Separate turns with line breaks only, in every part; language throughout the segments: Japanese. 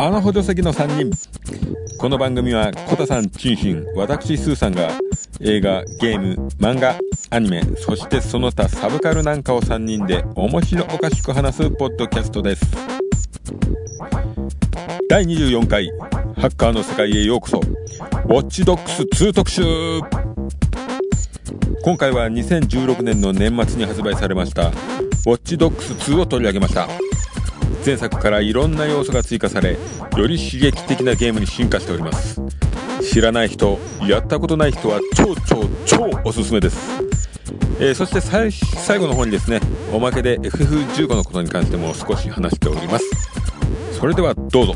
あのほど席の3人この番組はコタさんチンシン私スーさんが映画ゲーム漫画アニメそしてその他サブカルなんかを3人で面白おかしく話すポッドキャストです第24回ハッカーの世界へようこそウォッチドックス2特集今回は2016年の年末に発売されました「ウォッチドックス2」を取り上げました前作からいろんな要素が追加されより刺激的なゲームに進化しております知らない人やったことない人は超超超おすすめです、えーそして最最後の方にですねおまけで FF15 のことに関しても少し話しておりますそれではどうぞ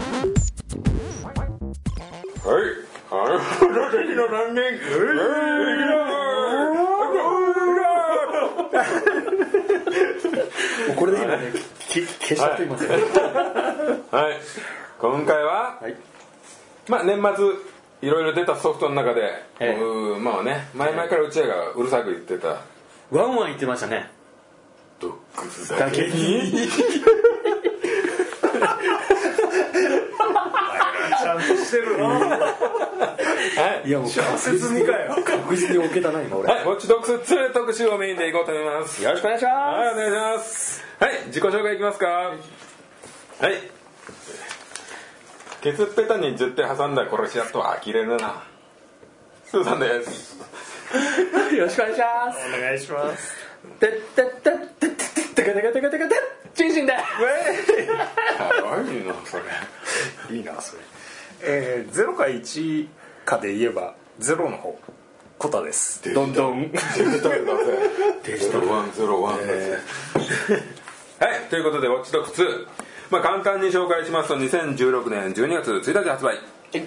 はい。あの、この時の何年
これで今ね、き消しちゃってますよ、
はい。今回は、
はい
まあ年末、いろいろ出たソフトの中で、
ええ
うーまあね、前々からうちらがうるさく言ってた、
ワンワン言ってましたね。
ドッグス
だけに。
ちゃんとしてるな。
いやもう確実にかよ。確実に置けたな今俺。
はい、ウォッチドッグス2特集をメインでいこうと思います。
よろしくお願いしま
はい、お願いします。はい、自己紹介いきますか。はい。ケツっぺたに10手挟んだ殺し屋とは呆れるな。スーさんです。
す。よろしくお願いします。
お願いします。
てってってってってってかてかてかてかて。チンシンで。
かわいいな、それ。
いいな、それ。えー、0か1かで言えば、0の方、コタです。
どんどん。
デジタルだぜ。デジタルワンゼロワンだぜ。はい、ということで、ウォッチドック2。まあ、簡単に紹介しますと、2016年12月1日発売。え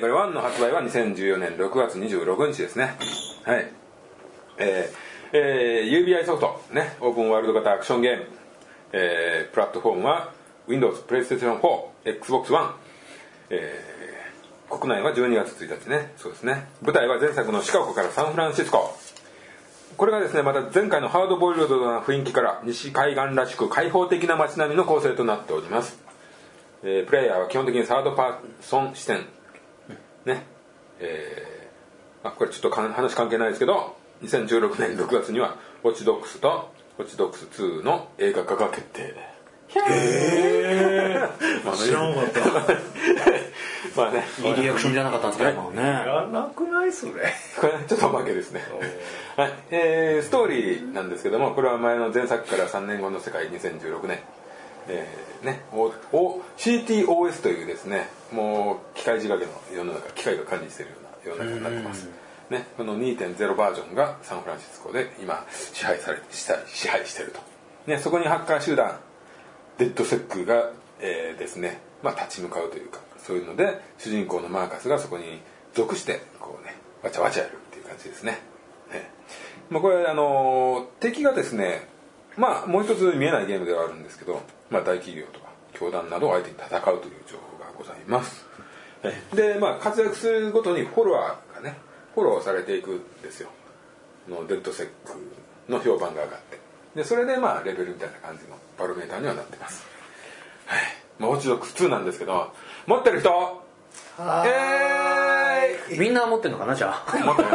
ー、これ1の発売は2014年6月26日ですね。はい。えーえー UBI ソフト、ね、オープンワールド型アクションゲーム。えープラットフォームは Windows、PlayStation 4、Xbox One。えー国内は12月1日ね。そうですね。舞台は前作のシカゴからサンフランシスコ。これがですねまた前回のハードボイルドな雰囲気から西海岸らしく開放的な街並みの構成となっております、えープレイヤーは基本的にサードパーソン視点ねえーあこれちょっとかん話関係ないですけど2016年6月には「ウォッチドックス」と「ウォッチドックス2」の映画化が決定
知らんかった。
まあ ね
いいリアクションじゃなかったんですけどもね。
やらなくないそれ。
これちょっとおまけですね、はいえーストーリーなんですけどもこれは前の前作から3年後の世界2016年、えーね、おお CTOS というですねもう機械仕掛けの世の中機械が管理しているような世の中になってます、ね、この2.0バージョンがサンフランシスコで今支配され支配支配していると、ね、そこにハッカー集団デッドセックが、えーですね、まあ、立ち向かうというかそういうので主人公のマーカスがそこに属してこうねわちゃわちゃやるっていう感じですね、ねまあ、これあのー敵がですねまあもう一つ見えないゲームではあるんですけど、まあ、大企業とか教団などを相手に戦うという情報がございますでまあ活躍するごとにフォロワーがねフォローされていくんですよのデッドセックの評判が上がってでそれでまあレベルみたいな感じのバロメーターにはなってますはいまあ落ち度普通なんですけど持ってる人えーい
みんな持ってんのかなじゃあ。
持ってる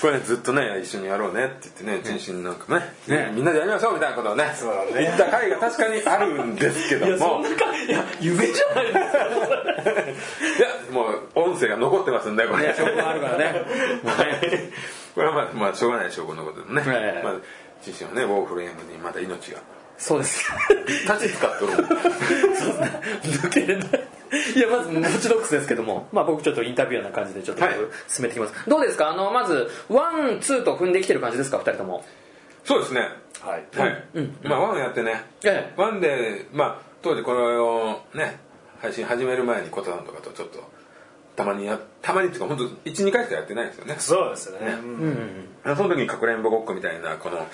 これねずっとね一緒にやろうねって言ってね人心なんかね
ね
みんなでやりましょうみたいなことをね
そうだね
言った回が確かにあるんですけども
いや夢じゃないですか。
いやもう音声が残ってますんでこれ、
ね証拠があるからねもうね
これはまあ、まあ、しょうがない証拠のことでもね、
ええ
まあ自身はねウォーフレームにまだ命が
そうです。
立ち使ってる
抜けれないいやまずもちドックスですけども、まあ、僕ちょっとインタビューな感じでちょっと
はい
進めてきます、どうですかあのまずワンツーと踏んできてる感じですか2人とも
そうですね
はい。
はい、まあワンやってね、
え
ワンでまあ当時これをね配信始める前にコタさんとかとちょっとたまにやたまにっていうか本当12回しかやってないんですよね
そうですね。
その時にかくれんぼごっこみたいなこの、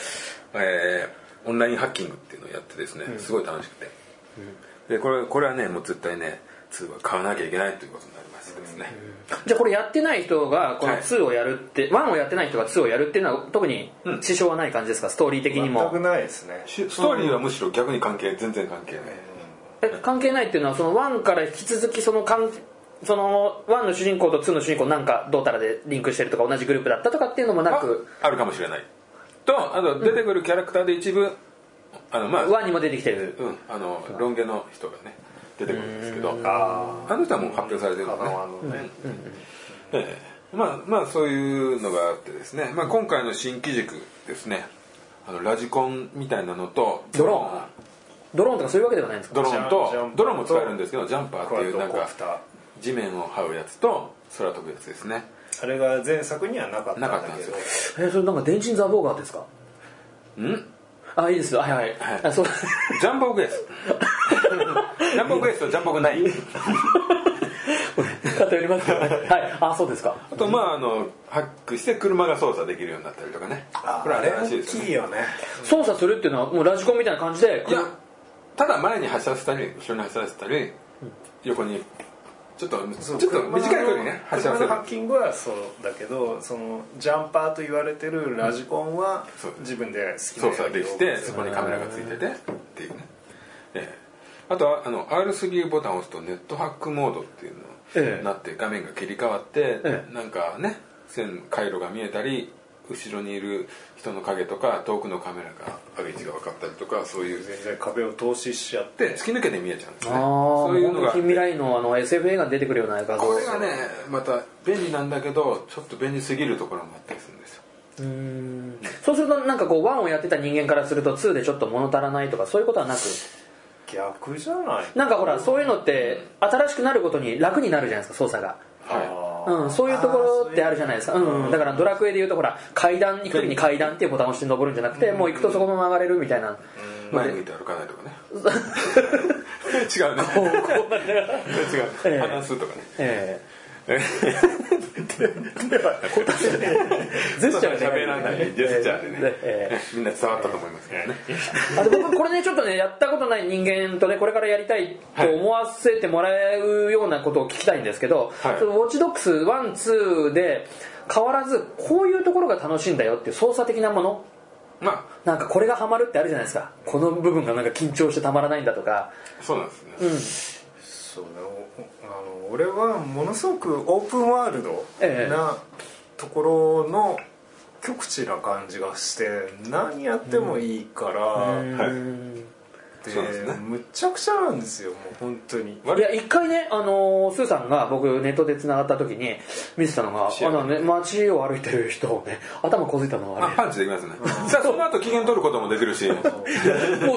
えーオンラインハッキングっていうのをやってですね、すごい楽しくて、でこれこれはねもう絶対ね2は買わなきゃいけないということになりましてですね、
じゃあこれやってない人がこの
はい
ツーをやるって、ワンをやってない人がツーをやるっていうのは特に支障はない感じですかストーリー的に
全
も
くないですね。
しストーリーはむしろ逆に関係全然関係ない、
え関係ないっていうのはその1から引き続きその関その1の主人公と2の主人公なんかどうたらでリンクしてるとか同じグループだったとかっていうのもなく
ああるかもしれないとあと出てくるキャラクターで一部、あのまあ
1にも出てきてる
うん、あのロン毛の人がね出てくるんですけどあの人はもう発表されてるのね
あのね
ええまあまあそういうのがあってですね、まあ、今回の新機軸ですねあのラジコンみたいなのと
ドローンドローンとかそういうわけではないんですか
ドローン
ジャン
と
プ
ドローンも使えるんですけどジャンパーっていうなん
クワ
か
ッドコプター
地面を這うやつと空飛ぶやつですね
あれが前作にはなかったん
なか
だ
ったんで
け
す
ど
よ
えそれなんか電信ザ・ボーガーですか
ん
あいいですはいはい、
はい
あそう
ジャンボークエス ジャンボークエスとジャンボークナイン
偏りますけどねはいあそうですか
あとまああのハックして車が操作できるようになったりとかねこれは新
あ
しい
れ大
ですよね
きいよね
操作するっていうのはもうラジコンみたいな感じで
いやただ前に発射したり後ろに発射したり横にちょっとちょっと短い距離ね発射
車
す
の
る
ハッキングはそうだけどそのジャンパーと言われてるラジコンは
そう
自分で好きな
操作できてそこにカメラがついててっていうねええあとはあの R3 ボタンを押すとネットハックモードっていうの
え
に
え
なって画面が切り替わって
ええ
なんかね線回路が見えたり後ろにいる人の影とか遠くのカメラが上げ位置が分かったりとかそういう
全然壁を投資しちゃって
で突き抜けて見えちゃうんですね
ああ
そういうのがあって
近未来のあの SF 映画に出てくるような画像
これがねまた便利なんだけどちょっと便利すぎるところもあったりするんですよ
うーんそうするとなんかこう1をやってた人間からすると2でちょっと物足らないとかそういうことはなく
逆じゃない
なんかほらそういうのって新しくなることに楽になるじゃないですか操作が、
は
うん、そういうところってあるじゃないですか、うんうん、だからドラクエでいうとほら階段行く時に階段っていうボタンを押して登るんじゃなくてもう行くとそこも曲がれるみたいな、
い前向いて歩かないと かね違うね違う
ええ
話すとかね
え
え
えジェスチャーじゃ
喋らないジェスチャーでね
え
えみんな伝わったと思いますけどね
あで僕これねちょっとねやったことない人間とねこれからやりたいと思わせてもらうようなことを聞きたいんですけど、
はい
そのウォッチドックス12で変わらずこういうところが楽しいんだよっていう操作的なもの
ま
なんかこれがハマるってあるじゃないですかこの部分がなんか緊張してたまらないんだとか
あそうなんですね
そうだおあの俺はものすごくオープンワールド
ええ
なところの極致な感じがして何やってもいいから、
はいう
ーん
で
そうですね
むちゃくちゃなんですよもう本当に
いや一回ね、あのースーさんが僕ネットで繋がった時に見てたのが
知ら
あ
ない
の、ね、街を歩いてる人をね頭こづいたの
あ
はね
パンチできますねさあその後機嫌取ることもできるし
もう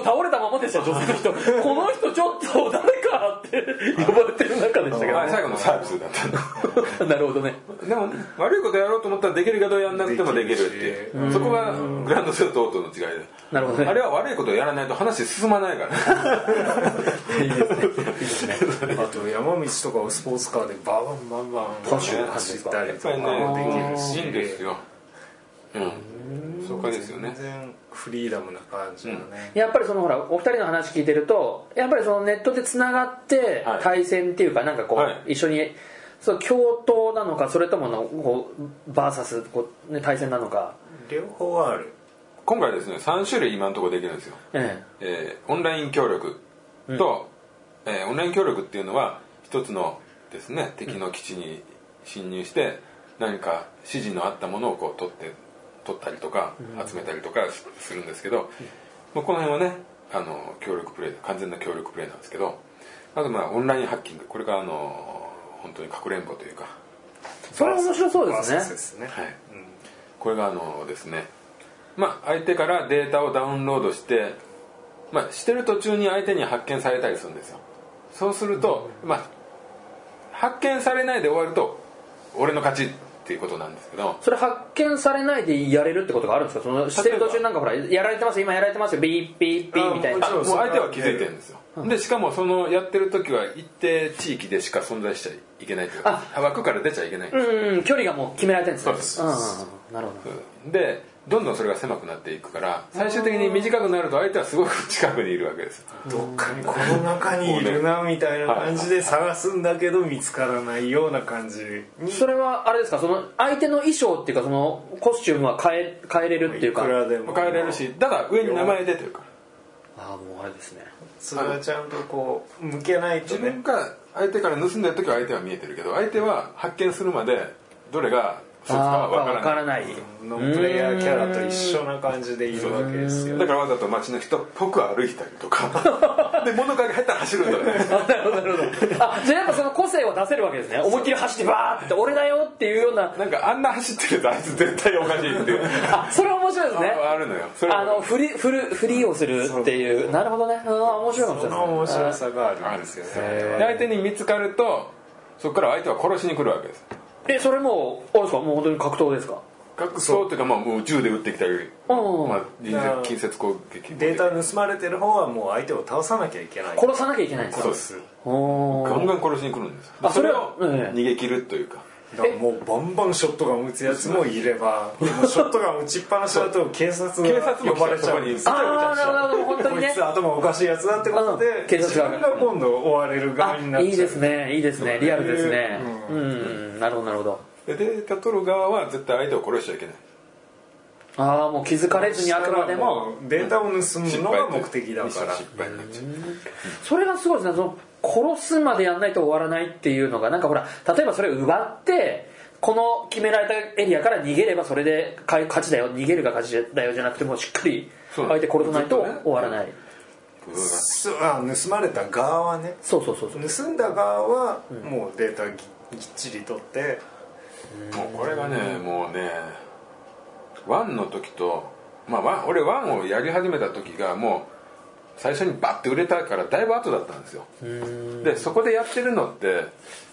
倒れたままでした女性の 人この人ちょっと誰かって呼 ばれてる中でしたけ
あ最後のサービスだったんだ
ど なるほどね
でもね悪いことやろうと思ったらできるけどやんなくてもできるっていうそこがグランドセルとオートの違い
なるほ
で
ど
あ
ね
れは悪いことをやらないと話進まないから
いいですね
あと山道とかをスポーツカーでバンバンバンバン
走る感じ
走
ですか
ったり
やっ
と
ぱ
か
りね
もできる
い
し
いんですようんそこですよ
全
ね
然フリーダムな感じだね、
やっぱりそのほらお二人の話聞いてるとやっぱりそのネットでつながって
はい
対戦っていうかなんかこう、
はい
一緒にそう共闘なのかそれとものこうバーサスこう、ね、対戦なのか、
両方ある
今回ですね3種類今のところできるんですよ、
え
えーオンライン協力と、えーオンライン協力っていうのは一つのですね敵の基地に侵入して何か指示のあったものをこう取って取ったりとか集めたりとかすするんですけど、まあこの辺はねあの協力プレイ完全な協力プレイなんですけどあとまあオンラインハッキングこれがあの本当にかくれんぼというか
えそれは面白そうですね
バーサスですね、
はい
うん
これがあのですねまあ相手からデータをダウンロードしてまあしてる途中に相手に発見されたりするんですよそうすると、まあ発見されないで終わると俺の勝ちっていうことなんですけど
それ発見されないでやれるってことがあるんですかそのしてる途中なんかほらやられてます今やられてますよビーピーピーみたいな
あ
もう
そう
相手は気づいてるんですよでしかもそのやってる時は一定地域でしか存在しちゃいけないというか枠から出ちゃいけない
うんうん距離がもう決められてるんですね
そうです
んうんうんなるほど
でどんどんそれが狭くなっていくから最終的に短くなると相手はすごく近くにいるわけです
どっかにこの中にいるなみたいな感じで探すんだけど見つからないような感じに
それはあれですかその相手の衣装っていうかそのコスチュームは変え変えれるってい
いう
か
くらでも
変えれるしだから上に名前出てるから
ああもうあれですね
それはちゃんとこう向けないと
自
ね
分が相手から盗んでる時は相手は見えてるけど相手は発見するまでどれがそいつか
あ
は
ーまあ
分
わ
か
からら
ない
ない
のプレイヤーキャラと一緒な感じでいるわけですよ
だからわざと街の人っぽく歩いたりとか で物陰入ったら走るんだよ ね
なるほどなるほどあじゃあやっぱその個性を出せるわけですね思いっきり走ってバーって俺だよっていうような
なんかあんな走ってるとあいつ絶対おかしいっていう
あそれ面白いですね
ああるのよそれは
あのフリフルフリーをするっていうなるほどねうん面白いかもし
そ
れ
の
な
面
いですね
白さがあるんですよね
で相手に見つかるとそこから相手は殺しに来るわけです
えそれもうあれですかもう本当に格闘ですか
格闘っていうかまあもう銃で撃ってきたり、
うん
まあ、近接近接攻撃も
データ盗まれてる方はもう相手を倒さなきゃいけない
殺さなきゃいけないんです
そう
か
です
お
ガ
ー
ンガン殺しに来るんですよ
あ
それ
そ
を
れはええ
逃げ切るというか、
だからもうバンバンショットガン撃つやつもいればでもショットガン撃ちっぱなしだと警察
警
が
察も
呼ばれちゃうんです
そ
よ
こに
ああなるほどなるほど本当
こ
に
い
ね
つ頭おかしいやつだってことで、
うん警察が
自分が今度追われる側
あ
になっちゃう
いいですねいいですねリアルですねうん、なるほどなるほど
でデータ取る側は絶対相手を殺しちゃいけない
ああもう気づかれずにあくまでも
うデータを盗むのが目的だ
ミッシ
か
ョン
ら
失敗になっちゃう
それがすごいですねその殺すまでやんないと終わらないっていうのがなんかほら例えばそれを奪ってこの決められたエリアから逃げればそれでか勝ちだよ逃げるが勝ちだよじゃなくてもうしっかり
そう
相手殺さないと
ずっとね
終わらない
すあ盗まれた側はね
そうそうそうそう
盗んだ側はもうデータぎぎっちり取って
もうこれがねもうねワンの時とまあワン俺ワンをやり始めた時がもう最初にバッて売れたからだいぶ後だったんですよでそこでやってるのって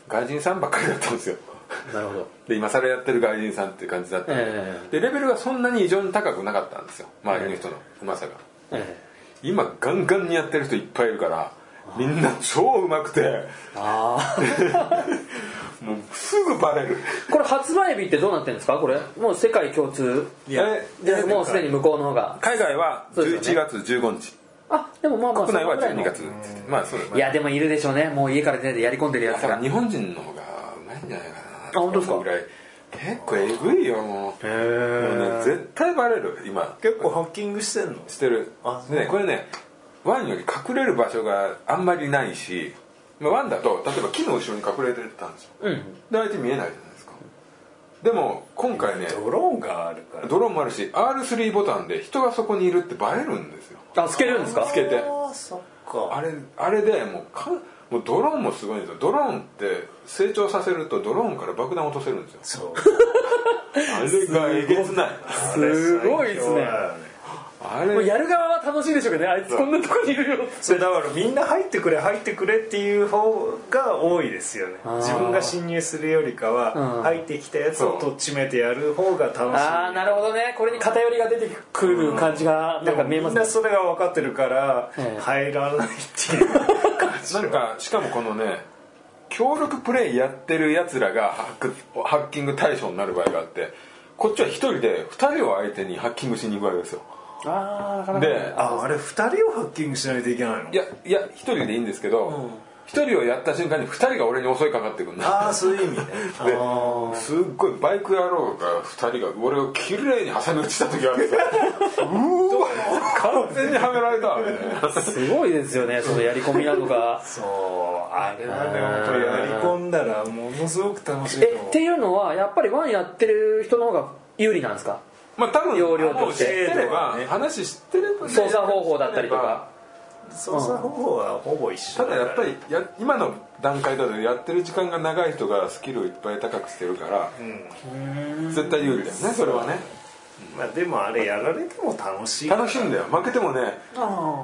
外人さんばっかりだったんですよ
なるほど
で今更やってる外人さんっていう感じだったんで,、
え
でレベルがそんなに異常に高くなかったんですよ周りの人のうまさが、
え
今ガンガンにやってる人いっぱいいるからみんな超うまくて
えああ
もうすぐバレる
これ発売日ってどうなってるんですかこれもう世界共通
いや
でもうすでに向こうの方が
海外は
そうです
11
よね
月15日、
あでもまあまあ
国内は
その
12
ぐらいの
月まあそうです
いやでもいるでしょうねもう家から出てやり込んでるや
だ
つ
から
が
日本人の方がうまいんじゃないかな
あ本当ですか
ぐらい結構えぐいよもう
へ
もうね絶対バレる今
結構ハッキングしてんの
してる
あ
でねこれねワンより隠れる場所があんまりないし、まあ、ワンだと例えば木の後ろに隠れてたんですよ
うん
で相手見えないじゃないですかでも今回ね
ドローンがあるから
ドローンもあるし R3 ボタンで人がそこにいるってバレるんですよ
あつけれるんですか
つけて
ああそっか
あれあれでもうかもうドローンもすごいんですよドローンって成長させるとドローンから爆弾落とせるんですよ
そう
あれがえげつない
すごいですね
あ
もう
れ
やる側は楽しいでしょうけどねあいつこんなとこにいるよ
それだからみんな入ってくれ入ってくれっていう方が多いですよね
ー
自分が侵入するよりか
うん
は入ってきたやつをとっちめてやる方が楽しい
ああなるほどねこれに偏りが出てくる感じがなんか見え
み
ま
ん
すね
なそれが分かってるから
ええ
入らないっていう感じ
なんかしかもこのね協力プレイやってるやつらがハックハッキング対象になる場合があってこっちは一人で二人を相手にハッキングしに行くわけですよ
ああなかなか
で
ああれ2人をハッキングしないといけないの
いやいや一人でいいんですけど一人をやった瞬間に二人が俺に襲いかかってくるんだ
ああそういう意味ね
で、すっごいバイク野郎が2人が俺をきれいに挟み撃ちした時があるんですようーわ完全にはめられたみたいな
すごいですよねそのやり込みなどが
そうあれはね本当にやり込んだらものすごく楽しいと
え
思
っ
う
ていうのはやっぱりワンやってる人の方が有利なんですか
まあ多分
要領として
もう知ってれば、
ね
話知ってれば、ね、
操作方法だったりとか
操作方法はほぼ一緒
ただやっぱ
り
りや今の段階だとやってる時間が長い人がスキルをいっぱい高くしてるから、絶対有利だよねそれはね
まあでもあれやられても楽しいから
楽しいんだよ負けてもね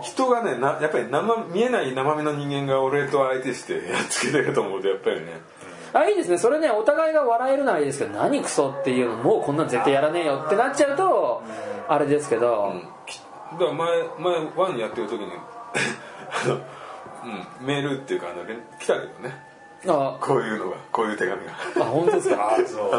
人がねなやっぱり生見えない生身の人間が俺と相手して やっつけてると思うとやっぱりね
あいいですねそれねお互いが笑えるのはいいですけど何クソっていうのもうこんなん絶対やらねえよってなっちゃうとあれですけど、
きだから前前ワンやってる時にあの、うん、メールっていうかあの連来たけどね
あ
こういうのがこういう手紙が
あ本当ですか
あそう
あ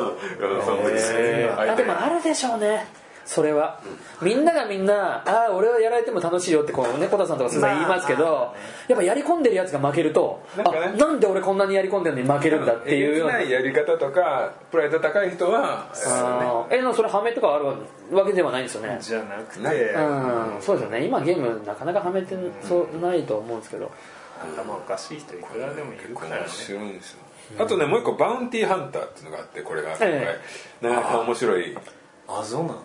のその時
えーあ
相
で
手
も
が
あるでしょうねそれは、みんながみんなああ俺はやられても楽しいよってこうね小田さんとかすずさん言いますけど、やっぱやり込んでるやつが負けると
な
なん
かね
あなんで俺こんなにやり込んでるのに負けるんだっていうよう
え
な
げつないやり方とかプライド高い人は
あーえでもそれハメとかあるわけではないんですよね
じゃなくて
ない
うんそうですよね今ゲームなかなかはめてそうないと思うんですけど
頭おかしい人いくらでもいるからね
面白いんですよあとねもう一個バウンティーハンターっていうのがあってこれが、
え
これなかなか面白い
あそうなの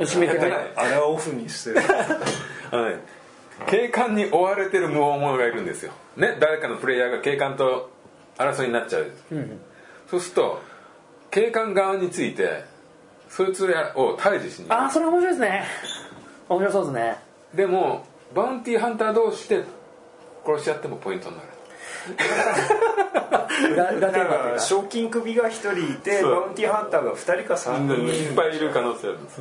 締めてない
はい
あれはオフにしてる
あのね警官に追われてる無本物がいるんですよね誰かのプレイヤーが警官と争いになっちゃう、そうすると警官側についてそいつらを退治しに行く
ああそれ面白いですね面白そうですね
でもバウンティーハンター同士で殺し合ってもポイントになる
だか
裏裏テーマという
ら
か
賞金首が1人いて
そう
バウンティーハンターが2人か3人
いっぱいいる可能性あるんです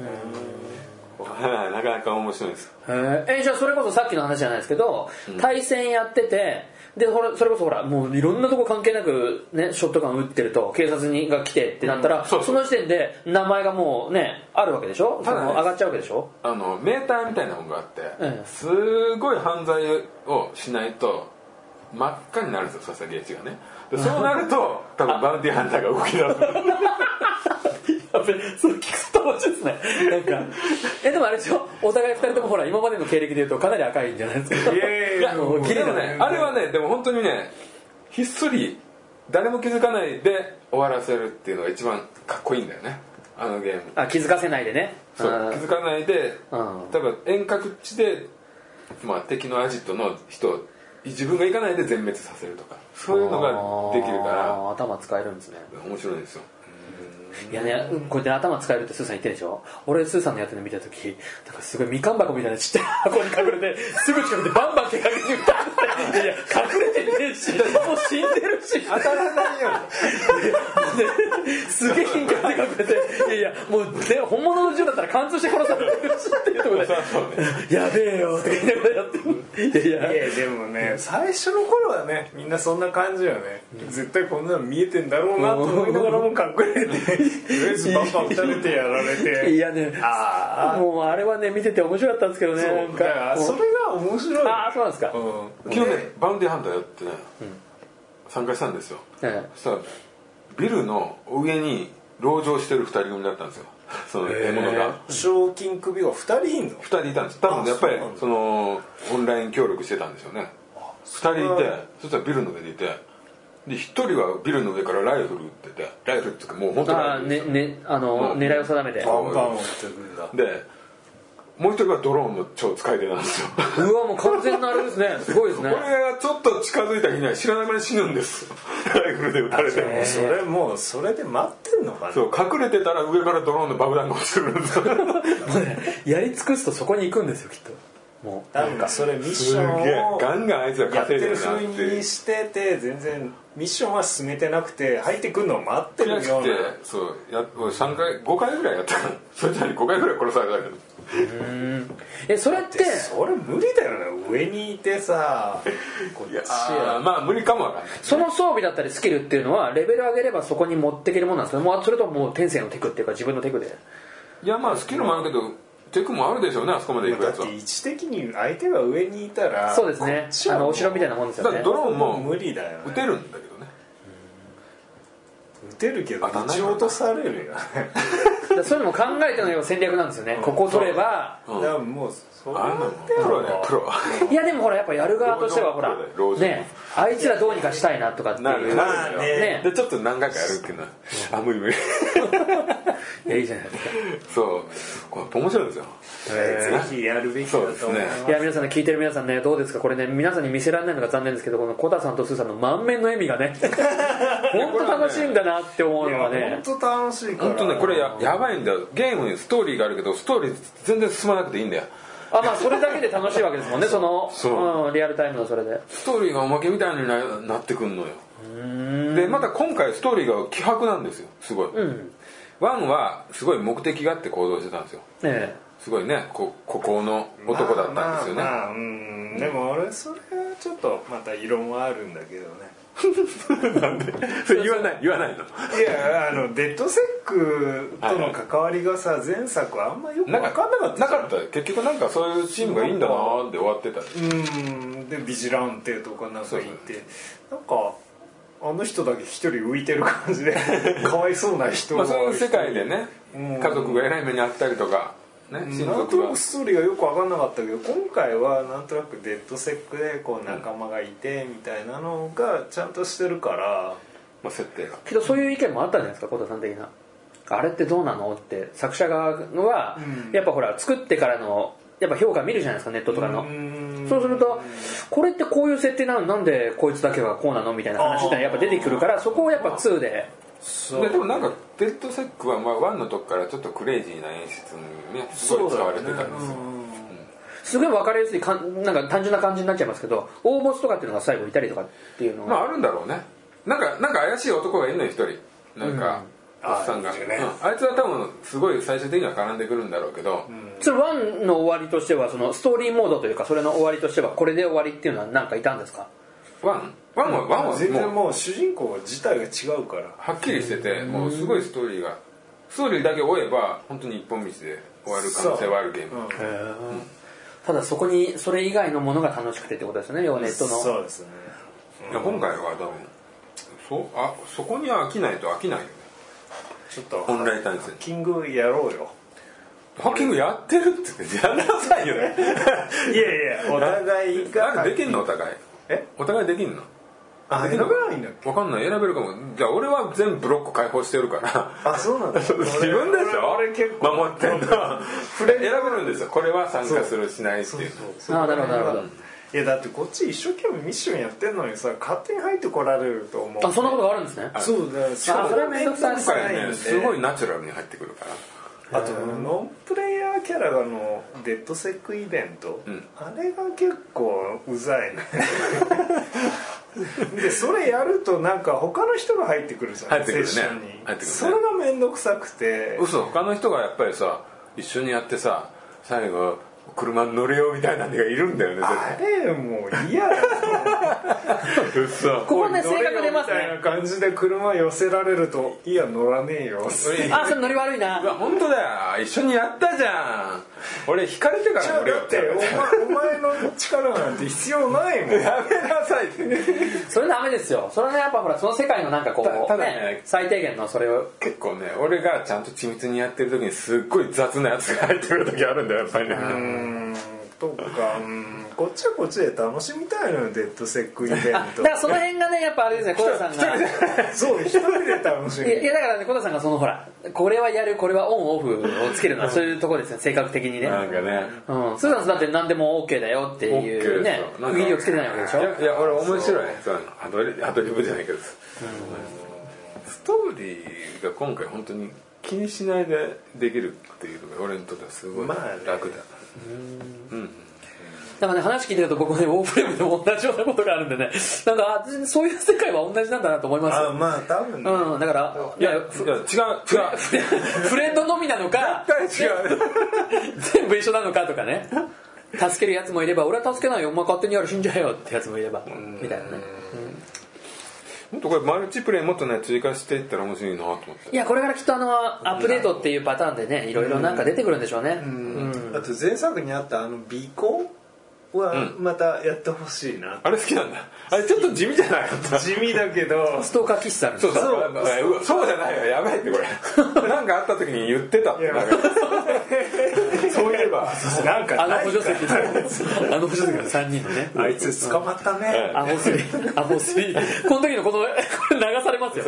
はいなかなか面白いです
へーえじゃあそれこそさっきの話じゃないですけど、対戦やっててでほらそれこそほらもういろんなとこ関係なく、ね、ショットガン撃ってると警察にが来てってなったら、
そうそう
の時点で名前がもうねあるわけでしょそ
ただね
の上がっちゃうわけでしょ
あのメーターみたいなものがあって、
ええ
すごい犯罪をしないと真っ赤になるんですよ佐々木栄一がねでそうなると多分バウンティーハンターが動き出 す
やべそれ聞くと面白いですねなんかえでもあれでしょお互い二人ともほら今までの経歴で言うとかなり赤いんじゃないですか
いやいやいや
もうギリ
で
だ
もねあれはねでも本当にねひっそり誰も気づかないで終わらせるっていうのが一番かっこいいんだよねあのゲーム
あ気づかせないでね
そう
あー
気づかないで
うん
例えば遠隔地で、まあ、敵のアジトの人を自分が行かないで全滅させるとかそういうのができるか
あー頭使えるんですね
ら面白いんですよ
いやねうんこうやって頭使えるってスーさん言ってるでしょ俺スーさんのやってるの見た時なんかすごいみかん箱みたいなちっちゃい 箱に隠れてすぐ近くでバンバン手かけて打ったっていや隠れてねえしもう死んでるし当たらないよすげえ緊張で隠れていやいやもうで本物の銃だったら貫通して殺されてるしっていうところでやべえよって言いながらやってるいやい
い
や
やでもね最初の頃はねみんなそんな感じよね絶対こんなの見えてんだろうなと思いながらも隠れてとりあえずバンバン撃たれてやられて
いやね
あ
もうあれはね見てて面白かったんですけどね
あ
なん
だから
か
それが面白い
ああそうなんですか、
うん
昨日ねバウンディハンターやってね、参加したんですよ
え
そしたらビルの上に籠城してる二人組だったんですよその獲物が
賞金首が2人いんの
二人いたんです多分やっぱりそのオンライン協力してたんでしょうね二人い
れは
てそしたらビルの上にいてで一人はビルの上からライフル撃っててライフルっていうかもう本当にライ
あ
フ
ー
ルです
ね
よ
ねあの、
うん
狙いを定めて
バンバン撃ってくんだ
でもう一人はドローンの超使い手なんですよこ
うわもう完全なあれですねすごいですね
れがちょっと近づいた日には知らなくに死ぬんです ライフルで撃たれて
えーそれもうそれで待ってんのかな
そう隠れてたら上からドローンの爆弾が落ちてくるんですよ
もうね やり尽くすとそこに行くんですよきっとも
なんかそれミッ
す
シ
げ
ョ
え
ンを
ガンガンあいつら
やって
稼いで
る
るなっ
風
て
にしてて全然ミッションは進めてなくて入ってくるのを待ってるよ
悔しく
うな
てそうや俺3回5回ぐらいやった からそれなりに5回ぐらい殺されたけど
うえそれって
でそれ無理だよね上にいてさこっち
いや
や
まあ無理かもわかんない
その装備だったりスキルっていうのはレベル上げればそこに持っていけるもんなんですかもうそれとももう天性のテクっていうか自分のテクで
いやまあスキルもあるけどテクもあるでしょうねあそこまで行く
だ
や
っ
つは
て位置的に相手が上にいたら
そうですね
こっち
あ
は
の
もう
お城みたいなもんです
だ
よ
か
ね
らドローン
も
も
う無理だよね
撃てるんだけどね
打てるけど
当たんない
撃ち落とされるよね
だからそういうのも考えてのよ戦略なんですよね、ここ取れば
だからもうそれ
あんな
は
のプロだよプロ
いやでもほらやっぱやる側としてはほら
老人老人
ねあいつらどうにかしたいなとかって
なる
い
よ
う
な
まあ
るよ
ね
でちょっと何回かやるっていうのはあ無理 無理
いやいいじゃないですか
そうこれ面白いんですよ
ぜひやるべきだと思
そう
う
です
いや皆さんね聞いてる皆さんねどうですかこれね皆さんに見せられないのが残念ですけどこのコタさんとスーさんの満面の笑みがね本当楽しいんだなって思うのがね
本当楽しいから
本当ねこれややばいんだよゲームにストーリーがあるけどストーリー全然進まなくていいんだよ
あまあそれだけで楽しいわけですもんねその
そう
うん、リアルタイムのそれで
ストーリーがおまけみたいにななってくんのよでまた今回ストーリーが希薄なんですよすごい、ワンはすごい目的があって行動してたんですよ
ええ
すごいねこ孤高の男だったんですよね、
まあまあうんでも俺それはちょっとまた異論はあるんだけどね
それ言わない言わないの
いやあのデッドセックとの関わりがさ前作はあんまよく分かんなかった
なかった結局なんかそういうチームがいいんだなーって終わってた
うんでビジランテとかなんかいてなんかあの人だけ一人浮いてる感 じでかわいそうな人
まあ
が
そういう世界でね
うん
家族が偉い目にあったりとかね親
なんと
族
な
が
くストーリーがよく分かんなかったけど今回はなんとなくデッドセックでこう仲間がいてみたいなのがちゃんとしてるから
まあ設定が
けどそういう意見もあったんじゃないですか小田さん的なあれってどうなのって作者側は、
うん
やっぱほら作ってからのやっぱ評価見るじゃないですかネットとかの、
ん
そうするとこれってこういう設定なのになんでこいつだけはこうなのみたいな話ってのはやっぱ出てくるからそこをやっぱ2で
そう
ででもなんかデッドセックはまあ1の時からちょっとクレイジーな演出にねすごい使われてたんですよ
すごい分かりやすいかんなんか単純な感じになっちゃいますけど大ボスとかっていうのが最後いたりとかっていうの
ま
が、
ああるんだろうねなんかなんか怪しい男がいるのよ一人なんか、おっさんが
あ
あ,、
ーいるね
あいつは多分すごい最終的には絡んでくるんだろうけど、
それ1の終わりとしてはそのストーリーモードというかそれの終わりとしてはこれで終わりっていうのは何かいたんですか
ワンワンはワン
全
は
然
もう
もう主人公自体が違うから
はっきりしててもうすごいストーリーがストーリーだけ追えば本当に一本道で終わる可能性はあるゲーム、
うん
ただそこにそれ以外のものが楽しくてってことですよね要はネットの
そうですね
いや今回は多分そあそこには飽きないと飽きないよね
ちょっと
オンライン
ハ
対戦
ッキングやろうよ
ハッキングやってるって言ってやんなさいよ ね
いやいやお互い
なんか
が
できんのお互い
え
お互いできんの
あ選べないんだっけ
わかんない選べるかもじゃあ俺は全部ブロック解放してるから
あそうなんだ
自分でしょ
俺俺結構
守ってんの選べるんですよこれは参加するしないっていう
ああなるほどなるほど
いやだってこっち一生懸命ミッションやってんのにさ勝手に入ってこられると思う
あそんなことがあるんですね
そうだよしかも
あそれは面倒くさい
今
面倒くさいん
回
で
ねすごいナチュラルに入ってくるから
あとノンプレイヤーキャラがのデッドセックイベント、
ん
あれが結構うざいね でそれやるとなんか他の人が入ってくるじゃん
入ってくるね
セッションに
入ってくるね
それが面倒くさくて
嘘他の人がやっぱりさ一緒にやってさ最後車乗れようみたいなのがいるんだよね
あれもう 嫌だ
絶対嘘
ここね性格出ます
みたい
ね
な感じで車寄せられるといや乗らねえよ
あそれノリ悪いう
わ
な
本当だよ一緒にやったじゃん俺引かれてか
じ
ら
ゃあ
乗れよ
だってお前お前の力なんて必要ないもん
やめなさいって
それダメですよそれはねやっぱほらその世界のなんかこう
たただね
ね最低限のそれを
結構ね俺がちゃんと緻密にやってる時にすっごい雑なやつが入ってくる時あるんだよやっぱりね
とかうんこっちはこっちで楽しみたいのよデッドセックイベン
だ
ト
からその辺がねやっぱあれですね小田さんが
そう一人で楽し
いやい
み
やだからね小田さんがそのほらこれはやるこれはオンオフをつけるのはそういうところですね性格的にね
なんかね
うん、スーザンだって何でも OK だよっていうね区切りをつけてないわけでしょ
いやいや俺面白いそうなのアドリアドリブじゃないけどストーリーが今回本当に気にしないでできるっていうのが俺にとってはすごい
まあね
楽だ、
なんかね話聞いてると僕ねオープレムでも同じようなことがあるんでねなんかあそういう世界は同じなんだなと思います
あまあ多分ね
うんだからいやふ
いや違う違う
フレンドのみなのか
絶対違う
全部一緒なのかとかね助けるやつもいれば俺は助けないよお前勝手にやる死んじゃえよってやつもいればみたいなね
もっとこれマルチプレイもっとね追加していったら面白いなと思って
いやこれからきっとあのアップデートっていうパターンでねいろいろなんか出てくるんでしょうね
あと前作にあったあの尾行はまたやってほしいな、
あれ好きなんだあれちょっと地味じゃない
地味だけど
ストーカー気質あるんです
そう
よ
そうだ
そう
からうわそうじゃないよやばいってこ れなんかあった時に言ってたってなんかそういえば
なんか
あの
ない
補助席のあの補助席の3人のね
あいつ捕まったね、
アホスリーアホスリーこの時のこのこれ流されますよ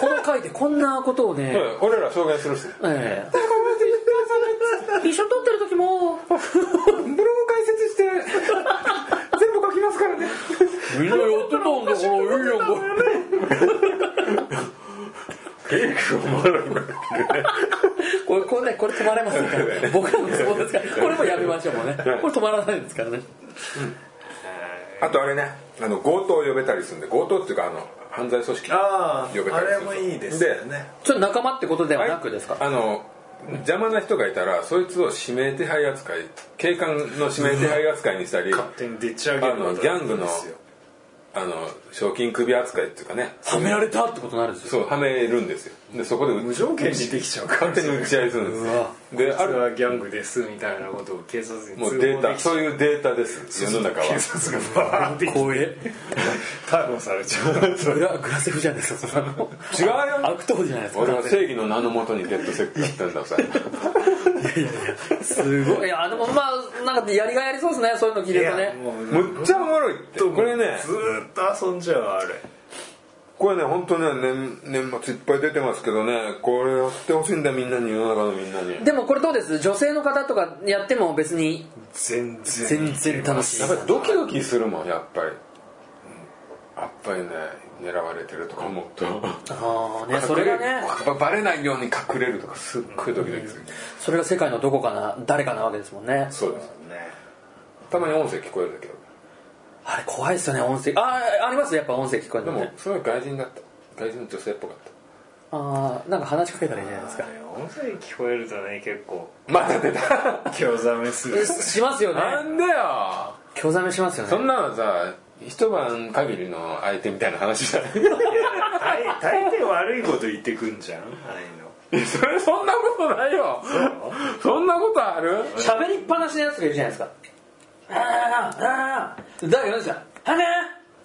この回でこんなことをね、
うん俺ら証言するしね
ええ一緒に撮ってる時も
ブログ解説して全部書きますからね
みんなやってたんだからいいやんか
結構おもろいな
これこれねこれ止まれませんから僕らの都合ですからこれもやめましょうもうねこれ止まらないですからね
あとあれねあの強盗を呼べたりするんで強盗っていうかあの犯罪組織
ああ
呼べたりするん
あれもいいですよね
ちょっと仲間ってことではなくですか
あの邪魔な人がいたらそいつを指名手配扱い警官の指名手配扱いにしたり
勝手にでっち上げ
あ
る
のギャングのあの賞金首扱いっていうかね
はめられたってことになるんですよ
そうはめるんですよでそこで
無条件にできちゃうから
勝手に打ち合いするんです
うわ
よであ
あれ
る
はギャングですみたいなことを警察に
もう
通報
デー
で
タ
きちゃう
そういうデータです世の中は
警察がバーンって
光栄
逮捕されちゃう
グラグラセフじゃないですかそんなの
違うよ
悪党じゃないですか
俺は正義の名のもとにゲットセックスやってんださ
すごいいやでもまあなんかやりがいありそうですねそういうの聞いてるとね
もう
むっちゃおもろいってこれね
ずーっと遊んじゃうあれ
これね本当ね年年末いっぱい出てますけどねこれやってほしいんだみんなに世の中のみんなに
でもこれどうです女性の方とかやっても別に
全然
全然楽しい
やっぱりドキドキするもんやっぱりやっぱりね狙われてるとか思うと
ああねそれがね
隠れるバレないように隠れるとかすっごいドキドキする
それが世界のどこかな誰かなわけですもんね
そうですたまに音声聞こえるんだけど
あれ怖いですよね音声あーありますやっぱ音声聞こえる
で
の
も
ね
すごい外人だった外人の女性っぽかっ
ああなんか話しかけたらいいじゃないですか
音声聞こえるとね結構
たまた出た
興ざめ する
しますよ
な
ね
んだよ
興ざめしますよね
そんなのさ一晩限りの相手みたいな話じゃない
大大抵悪いこと言ってくんじゃんああいう の
それそんなことないよそんなことある
喋りっぱなしのやつがいるじゃないですかあーあーあー誰がですかあめ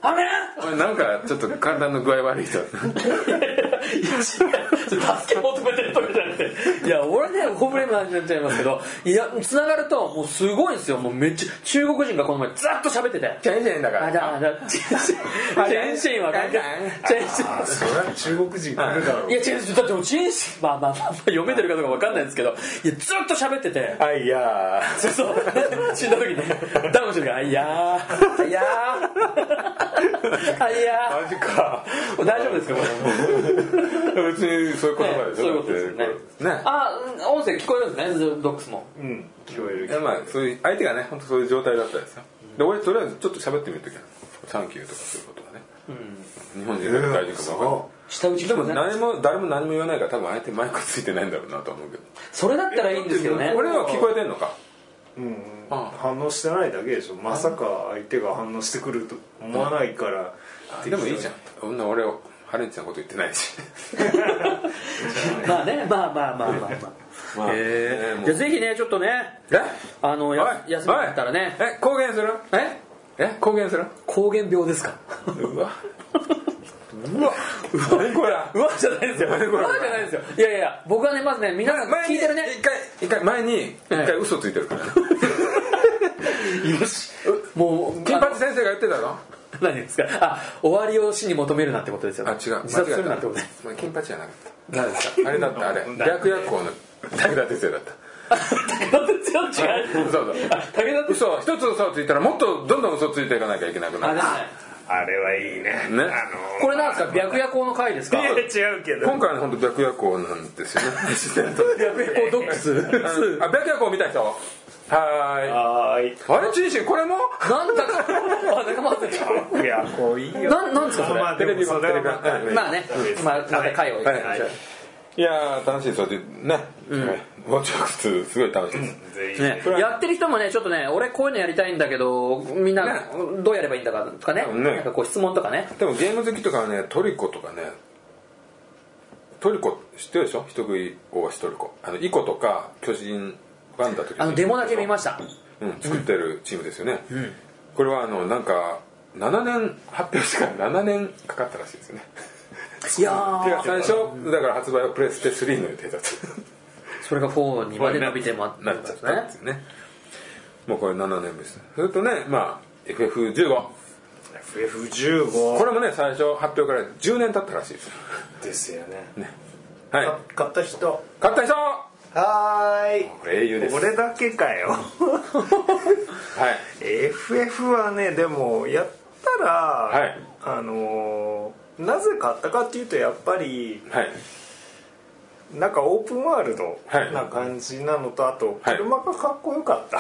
あめ
おいなんかちょっと体の具合悪い人
助け求めてるとかじゃなくていや俺ねホブレムの話になっちゃいますけどいやつながるともうすごいんですよもうめっちゃ中国人がこの前ずっと喋ってて
チェンジェンだか
あだあだチェンシ ンチェンシンは関係ないチェンシン
あそりゃ中国人来るだろ
いや違う違うだってもう人生まあまあまあまあ読めてるかどうかわかんないですけどいやずっと喋ってて
あいや
そうそう死んだ時にダウンしてるから「あいやーあいやーあいや
マジか
ー」大丈夫ですかこ
別にそういう言
れ
葉でしょ
そういうことですよね
だってこ
あうん音声聞こえるんですねドックスも
うん聞こえる
れねまあそういう相手がね本当そういう状態だったんですよで俺とりあえずちょっと喋ってみるときはサンキューとかそういうことはね日本人だか外人かも
下打ち
分か
聞
ん
こ
ない
え
でも
ない
何も誰も何も言わないから多分相手マイクついてないんだろうなと思うけど
それだったらいいんですけどね
俺は聞こえてんのか
うんうん
あ
反応してないだけでしょまさか相手が反応してくると思わないから
でもいいじゃんそんな俺をハレンチなこと言ってないし
まあねまあまあまあまあま
まあ
あへ
ね
え
もう
じゃあぜひねちょっとね
え
あの
おい
や休みだったらね
おいえ公言する
え
え公言する
膠原病ですか
うわうわ何これ
うわじゃないですよ。うわ
何これ
じゃないですよ。いやいやいや、僕はね、まずね、皆さん
前
聞
に
いてるね。
一回一回前に一回嘘ついてるから、ね、
よし。もう、
金
あ
八先生が言ってたの
の何ですか。あ、終わりを死に求めるなってことですよ。
あ違う
自殺するなってこと
間
で
違え
す。
た金八じゃなかっ
何ですか。
たあれだったあ れ白夜行の武田鉄矢だった
武田哲也違う。
そうそう
あ武田哲
嘘を一つ嘘をついたらもっとどんどん嘘ついていかなきゃいけなくな
也。
る
あ
あれはいいねあ
ね
の
これなんですか。白夜行の回ですか。
いや違うけど
今回の本当白夜行なんですよ ね自然と
白夜行ドックス。
あのあ白夜行見た人はーい
はーい
あれチンシンこれも
なんだか。あ、仲間外れ
いやこういいよ
なんなんですかそれ
まあでもそれは
テレビ
また
版テレビ版
まあね、まあ、また回を。
はい、い、やー楽しいですよってね、うん、ウォッチャーすごい楽しいです、
全員
ね、やってる人もねちょっとね俺こういうのやりたいんだけどみんなどうやればいいんだかとかね
ね
なんかこう質問とかね
でもゲーム好きとかはねトリコとかねトリコ知ってるでしょ人食い大橋トリコあのイコとか巨人ワンダとか
あのデモだけ見ました
うん、作ってるチームですよね、これはあのなんか7年発表してから7年かかったらしいですよね
いやー
てか 最初だから発売はプレステ3の予定だった
それが4にまで伸びてもあった
なっ
んで
ちゃっ
す
たん
ね
ですよねもうこれ7年ぶりですそれとねまあ FF15 こ
FF15
れもね最初発表から10年経ったらしいです
ですよね
はい
か買った人
買った人
はーい
これ英雄です
俺だけかよ
はい
FF はねでもやったら、
はい
あのーなぜ買ったかっていうとやっぱり
はい
なんかオープンワールド
はい
な感じなのと、あと
はい
車がかっこよかった、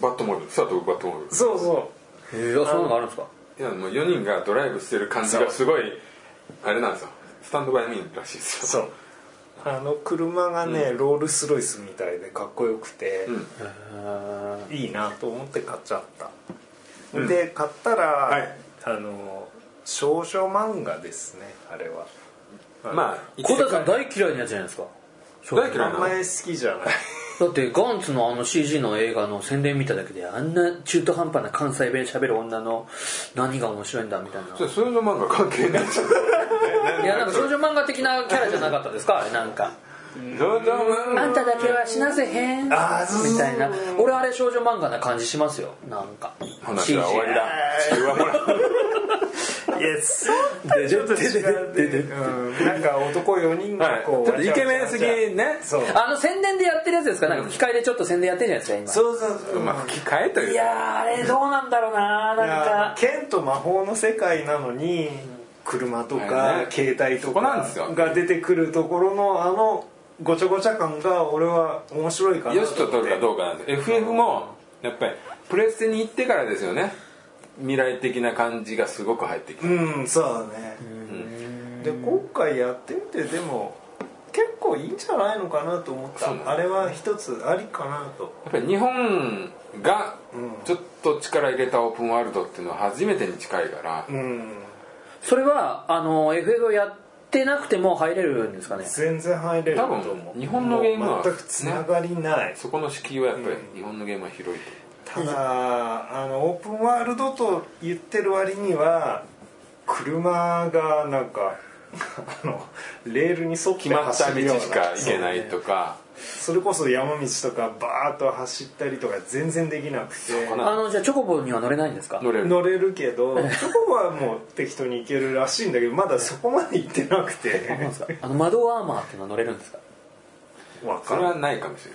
バットモールスタートバットモール
そうそ
へえあそういうのがあるんですか
いやもう4人がドライブしてる感じがすごいあれなんですよスタンドバイミーらしいで
う
すよ
そうあの車がね、ロールスロイスみたいでかっこよくて、
うん
いいなと思って買っちゃった、で買ったら、
い
あの少女漫画ですねあれは
まあ一
小
世
田さ
界
ん大嫌いなやつじゃないですか
大嫌い
あんまり好きじゃない
だってガンツのあの CG の映画の宣伝見ただけであんな中途半端な関西弁喋る女の何が面白いんだみたいな
そうそういうの漫画関係ないじゃん
いやなんか少女漫画的なキャラじゃなかったですかあれなんか
そういう漫画
あんただけは死なせへんみ
あーそうそうそう
たいな俺あれ少女漫画な感じしますよなんか
話は終わりだ地球はほら
いやそうちょっと違うねうんなんか男4人がこう、
ちょっとイケメンすぎね
そう
あの宣伝でやってるやつですかなんか吹き替えでちょっと宣伝やってるじゃないですか
そうそうそう、
まあ吹き替えとい
今いう
か
やーあれどうなんだろうなーなんか
剣と魔法の世界なのに車と
はい
か
ね
携帯と
そこなん
か
ですよ
が出てくるところのあのごちゃごちゃ感が俺は面白いかな
よしと取るかどうかなんです FF もやっぱりプレステに行ってからですよね未来的な感じがすごく入ってきて
うんそうだねで今回やってみてでも結構いいんじゃないのかなと思っ
そうなんです
たあれは一つありかなと
やっぱり日本がちょっと力入れたオープンワールドっていうのは初めてに近いから
うん
それはあの FF をやってなくても入れるんですかね
全然入れると思
多分
う
日本のゲームは
もう全くつながりない
そこの敷居はやっぱり日本のゲームは広いと
ただあのオープンワールドと言ってる割には車がなんか あのレールに沿って
決まった
走るよ
道
うな
しか行けないとか
それこそ山道とかバーッと走ったりとか全然できなくて
こな
あのじゃあチョコボには乗れないんですか
乗れる
乗れるけ どそこはもう適当に行けるらしいんだけどまだそこまで行ってなく
あなん
て
ですかあの窓アーマーっていうのは乗れるんですか
わ
そ
か
れ
んない
はないかもしれ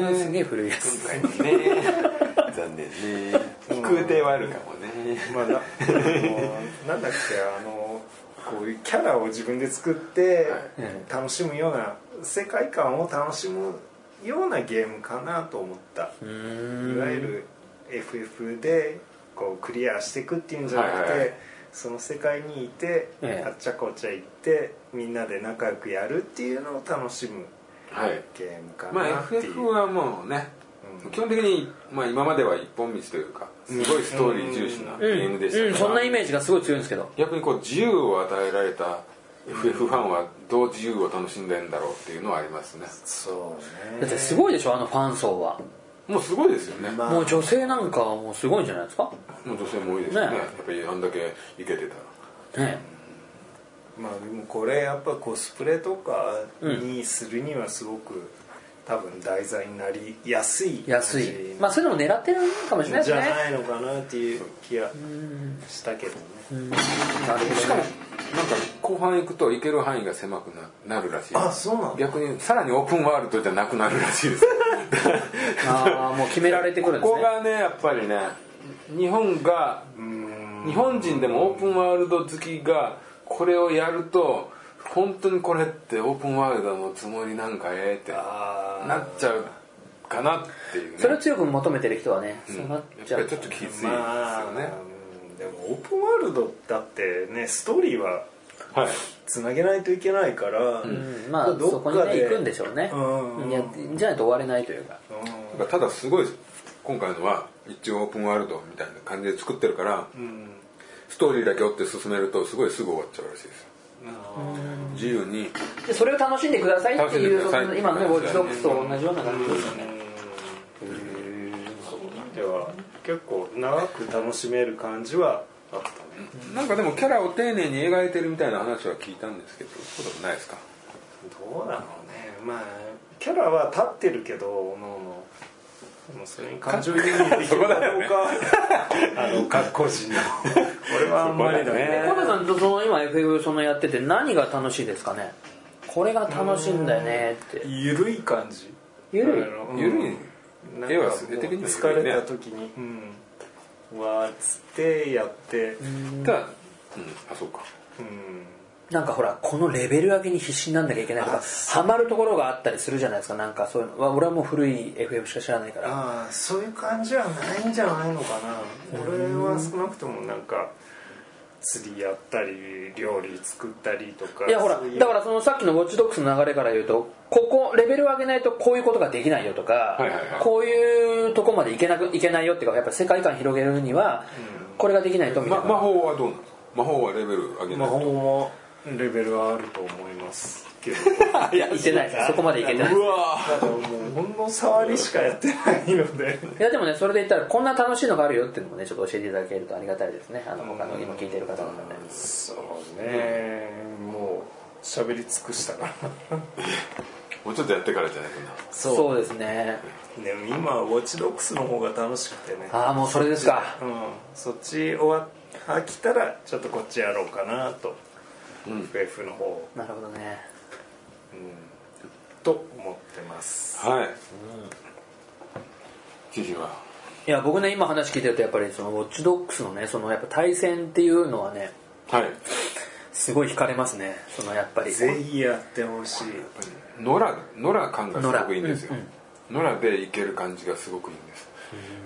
ないね
すげえ古いやつ
今回のね 残念ね飛空艇はあるかもね
まあ、な あのなんだっけあのこういうキャラを自分で作って
い
楽しむような世界観を楽しむようなゲームかなと思った
う
いわ
ーん
ゆる FF でこうクリアしていくっていうんじゃなくて、
はいはい
その世界にいて、
ええ
あっちゃこっちゃ行ってみんなで仲良くやるっていうのを楽しむ
はい
ゲームか
まあ
なっていう、
FF はもうね
うん
基本的に、まあ、今までは一本道というかすごいストーリー重視なゲームでした
うん、
か
そんな
ら
イメージがすごい強いんですけど
逆にこう自由を与えられた FF ファンはどう自由を楽しんでんだろうっていうのはありますね
そう
だって
ね
すごいでしょあのファン層は
もうすごいですよね、
まあ
もう女性なんかはもうすごいんじゃないですか
もう女性も多いですよね
ね
やっぱりあんだけいけてたら
ね
まあでもこれやっぱコスプレとかにするにはすごく多分題材になりやすい
え安いまあそういうのも狙ってるかもしれないで
じ
す
ゃ
ね
ないのかなっていう気がしたけどね
なるほどね
しかもなんか後半行くと行ける範囲が狭くななるらしい
あそうなんだ
逆にさらにオープンワールドじゃなくなるらしいです
ああもう決められてくるんです
ここ
ね
がねやっぱりね日本が日本人でもオープンワールド好きがこれをやると本当にこれってオープンワールドのつもりなんかええって
あ
なっちゃうかなっていうね
それを強く求めてる人はね、そ
や
うなっ
っ
ちゃ
ぱり
う
ちょっときついですよね、
まあうんでもオープンワールドだってねストーリーは
はい
つなげないといけないから、
うんまあそこにね行くんでしょうね
うん
いやじゃないと終われないというか
うん
だからただすごい今回のは一応オープンワールドみたいな感じで作ってるから、ストーリーだけ追って進めるとすごいすぐ終わっちゃうらしいですよ自由に
でそれを楽しんでくださいってい
楽しんでく
う
ださい
その今のねウォッチドックスと同じような感じですよね
では結構長く楽しめる感じはあったね
なんかでもキャラを丁寧に描いてるみたいな話は聞いたんですけどそうでもないですか
どうだろうねまあキャラは立ってるけどおのおのでもそれに感情移入できるかどうか、あの格好人の俺はあんまりだね
小田さんとその今 FF そのやってて何が楽しいですかねこれが楽しいんだよねって
ゆるい感じ
ゆるい
ゆるい
なんか
絵は絵的には
疲
緩いね
れた時に、うん、わーっつってやって
ただうんあそうか
うん
なんかほらこのレベル上げに必死になんなきゃいけないとかハマるところがあったりするじゃないですかなんかそういうのわ俺はもう古い FF しか知らないから
ああそういう感じはないんじゃないのかな俺は少なくともなんか釣りやったり料理作ったりとか
いやほら
そういう
だからそのさっきのウォッチドッグスの流れから言うとここレベルを上げないとこういうことができないよとか、
はいはいはい
こういうとこまでいけなくいけないよっていうかやっぱ世界観広げるにはこれができないとみたい
ま
な、
魔法はどうなんですか魔法はレベル上げな
魔
い
法もレベルはあると思いますけど
いやいけないそこまでいけ
だ
ない
からもうほんの触りしかやってないので
いやでもねそれで言ったらこんな楽しいのがあるよっていうのもねちょっと教えていただけるとありがたいですねあの他の今聞いてる方々ね
そうねもう喋り尽くしたから
もうちょっとやってからじゃないかな
そうですね
でも今はウォッチドックスの方が楽しくてね
ああもうそれですか
うんそっち終わっ飽きたらちょっとこっちやろうかなと、FF の方
なるほどね
と思ってます
はい知事はい
や僕ね今話聞いてるとやっぱりそのウォッチドッグスのねそのやっぱ対戦っていうのはね
はい
すごい惹かれますねそのやっぱり
ぜひやってほしい
野良野良感がすごくいいんですよ
野良
野良でいける感じがすごくいいんです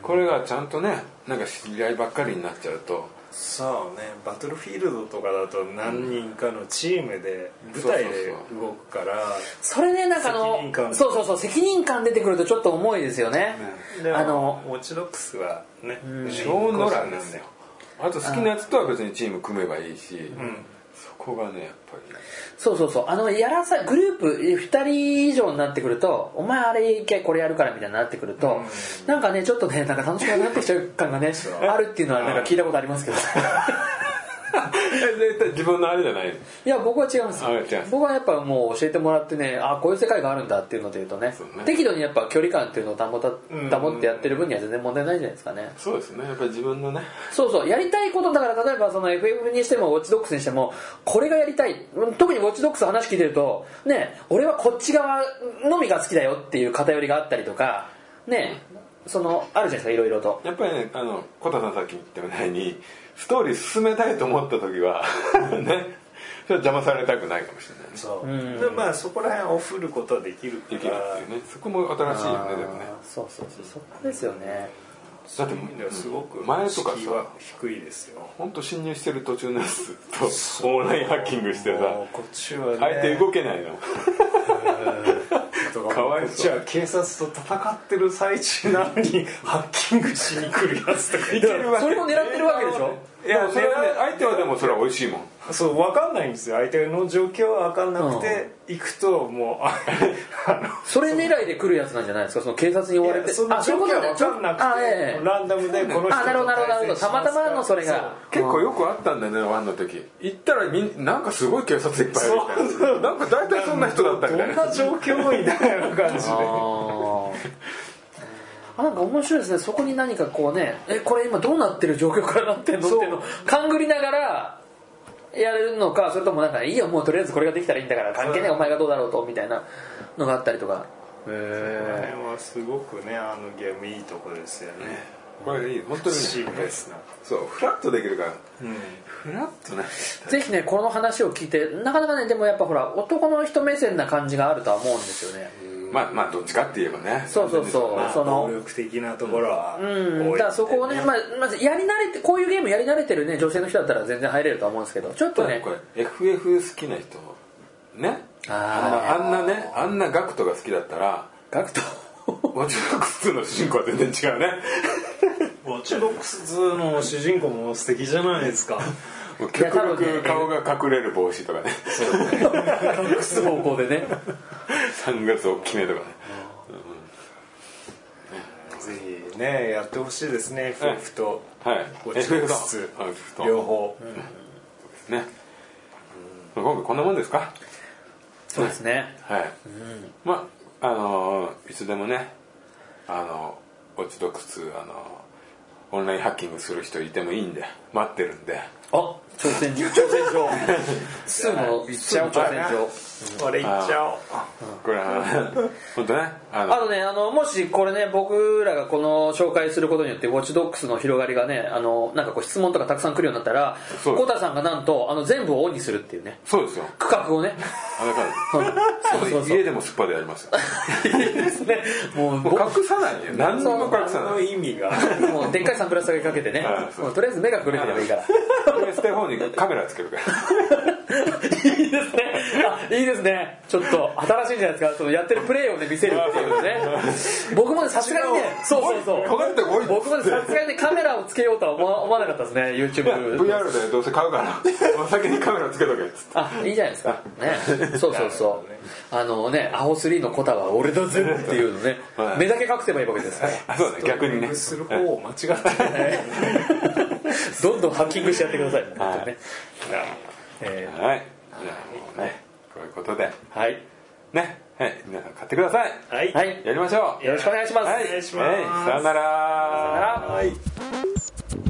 これがちゃんとねなんか知り合いばっかりになっちゃうと
そうねバトルフィールドとかだと何人かのチームで舞台で動くから
それねなんかあ
責任感
のそうそうそう責任感出てくるとちょっと重いですよね
でも
あの
ウォッチドックスはね
超野良なんで
ですす
よあと好きなやつとは別にチーム組めばいいし、そこがねやっぱり
そうそうそうあのやらさグループ2人以上になってくるとお前あれ一回これやるからみたいになってくるとなんかねちょっとねなんか楽しくなってきちゃう感がねあるっていうのはなんか聞いたことありますけど
え絶対自分のあれじゃない
いや僕は違うんですよ
あ違うんです
僕はやっぱもう教えてもらってねあこういう世界があるんだっていうので言うとね
そうね
適度にやっぱ距離感っていうのを保た
うん
保ってやってる分には全然問題ないじゃないですかね
そうですねやっぱり自分のね
そうそうやりたいことだから例えばその FF にしてもウォッチドックスにしてもこれがやりたいうん特にウォッチドックス話聞いてるとね俺はこっち側のみが好きだよっていう偏りがあったりとかねそのあるじゃないですかいろいろと
やっぱりねあのコタさんさっき言ったみたいにストーリー進めたいと思った時は ねそれは邪魔されたくないかもしれないね
そうでまあそこら辺を振ることはできるか
できる
ら
っていうねそこも新しいよねでもね
あーそうそうそうそこですよね
だって
そういう意味ではすごく
前とか
敷居
さ
は低いですよ
本当侵入してる途中のやつとオンラインハッキングしてさ
もうこっちはね
相手動けないの
と
か
か
わ
わ
い
い
そう
じゃあ警察と戦ってる最中なのにハッキングしに来るやつとか
け
いて
るわけ
それも狙ってるわけでしょ
いやそれはね相手はでもそれは美味しいもん
そう分かんないんですよ相手の状況は分かんなくて行くともうあ あ
それ狙いで来るやつなんじゃないですかその警察に追われ
の
て
その状況は分かんな
あ
く
そういう
て
ことかあええ
ランダムでこの人
あなるほどなるほどなるほどたまたまのそれが
結構よくあったんだよねワンの時行ったらみんなんかすごい警察いっぱいいるみたいななんか大体そんな人だったみたい
どん
な
な状況もいないよう な感じで
あーあなんか面白いですねそこに何かこうねえこれ今どうなってる状況からなってんのっていうのを勘ぐりながらやるのかそれともなんかいいよもうとりあえずこれができたらいいんだから関係ねえお前がどうだろうとみたいなのがあったりとか
この辺はすごくねあのゲームいいとこですよね
これいい本当にね
シームレスな
そうフラッとできるからフラッとね
ぜひねこの話を聞いてなかなかねでもやっぱほら男の人目線な感じがあるとは思うんですよね
まあまあどっちかって言えばね
そうそうそう、
まあ
その
暴力的なところは
うん、
多い
だからそこをね、まあ、まずやり慣れて、こういうゲームやり慣れてるね、女性の人だったら全然入れるとは思うんですけど、ちょっとね
こ、れ FF 好きな人ね
あ
あんなあんなねあんなガクトが好きだったら
ガクト。
もちろん普通の主人公は全然違う ね
ウォッチドックスの主人公も素敵じゃないですか
もう極力顔が隠れる帽子とかね
隠す方向でね。
サングラス大きめとかね
ぜひねやってほしいですね FF と
はい
ウォッチドックス
FF と FF と
両方
ね今回こんなもんですか
そうですね。
はい、まああのーいつでもねあのウォッチドックスあのーオンラインハッキングする人いてもいいんで待ってるんで
あ、挑戦状。挑戦状。スーの、スーの挑戦状。
俺行っちゃおう
これは本当ねあの
あとね、あの、もしこれね、僕らがこの紹介することによって、ウォッチドックスの広がりがね、あの、なんかこう質問とかたくさん来るようになったら、
そう
コタさんがなんと、あの、全部をオンにするっていうね、
そうですよ
区画 をね、
あだから、
そうそうそう
家でもスッパでやりますよ
いいですね。もう、
もう隠さないよ何にも隠さ
そ
な
の
い
意味が
もうでっかいサンプラスだけかけてね
はい、そう
もうとりあえず目がくれければいいから
俺ステフォーにカメラつけるから
いいですねあいいですねちょっと新しいんじゃないですかそのやってるプレーをね見せるっていうね僕もねさすがにねそうそうそう
かってこい
僕もねさすがにねカメラをつけようとは思わ思わなかったですね YouTube
VR でどうせ買うからお先にカメラつけとけっつって
あいいじゃないですかねそうそうそうあのねアホ3のコタは俺だぜっていうのね
はい
目だけ隠せばいいわけですから
あそうだね逆にね
する方を間違っ てない
どんどんハッキングしてやってくださいね本当にねえ
はいじゃあもうねこういうことで
ーはい
ねはい皆さん買ってください
はい
はい
やりましょう
よろしくお願いします、
はい
お願いします
はいさよなら
はい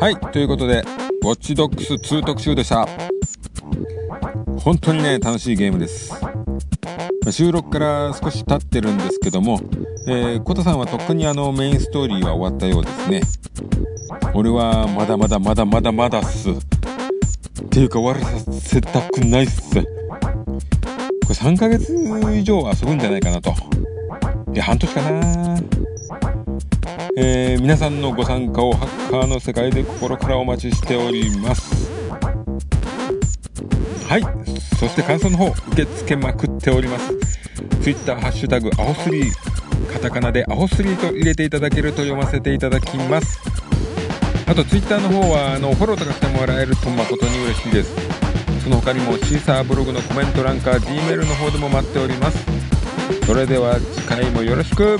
はい、ということで、ウォッチドックス2特集でした。本当にね、楽しいゲームです。収録から少し経ってるんですけども、えー、コタさんはとっくにあのメインストーリーは終わったようですね。俺はまだまだまだまだまだっす。っていうか終わらせたくないっす。これ3ヶ月以上遊ぶんじゃないかなと。いや、半年かな。えー皆さんのご参加をハッカーの世界で心からお待ちしておりますはいそして感想の方受け付けまくっております Twitter ハッシュタグアホスリーカタカナでアホスリーと入れていただけると読ませていただきますあと Twitter の方はあのフォローとかしてもらえると誠に嬉しいですその他にもシーサーブログのコメント欄か Gmail の方でも待っておりますそれでは次回もよろしく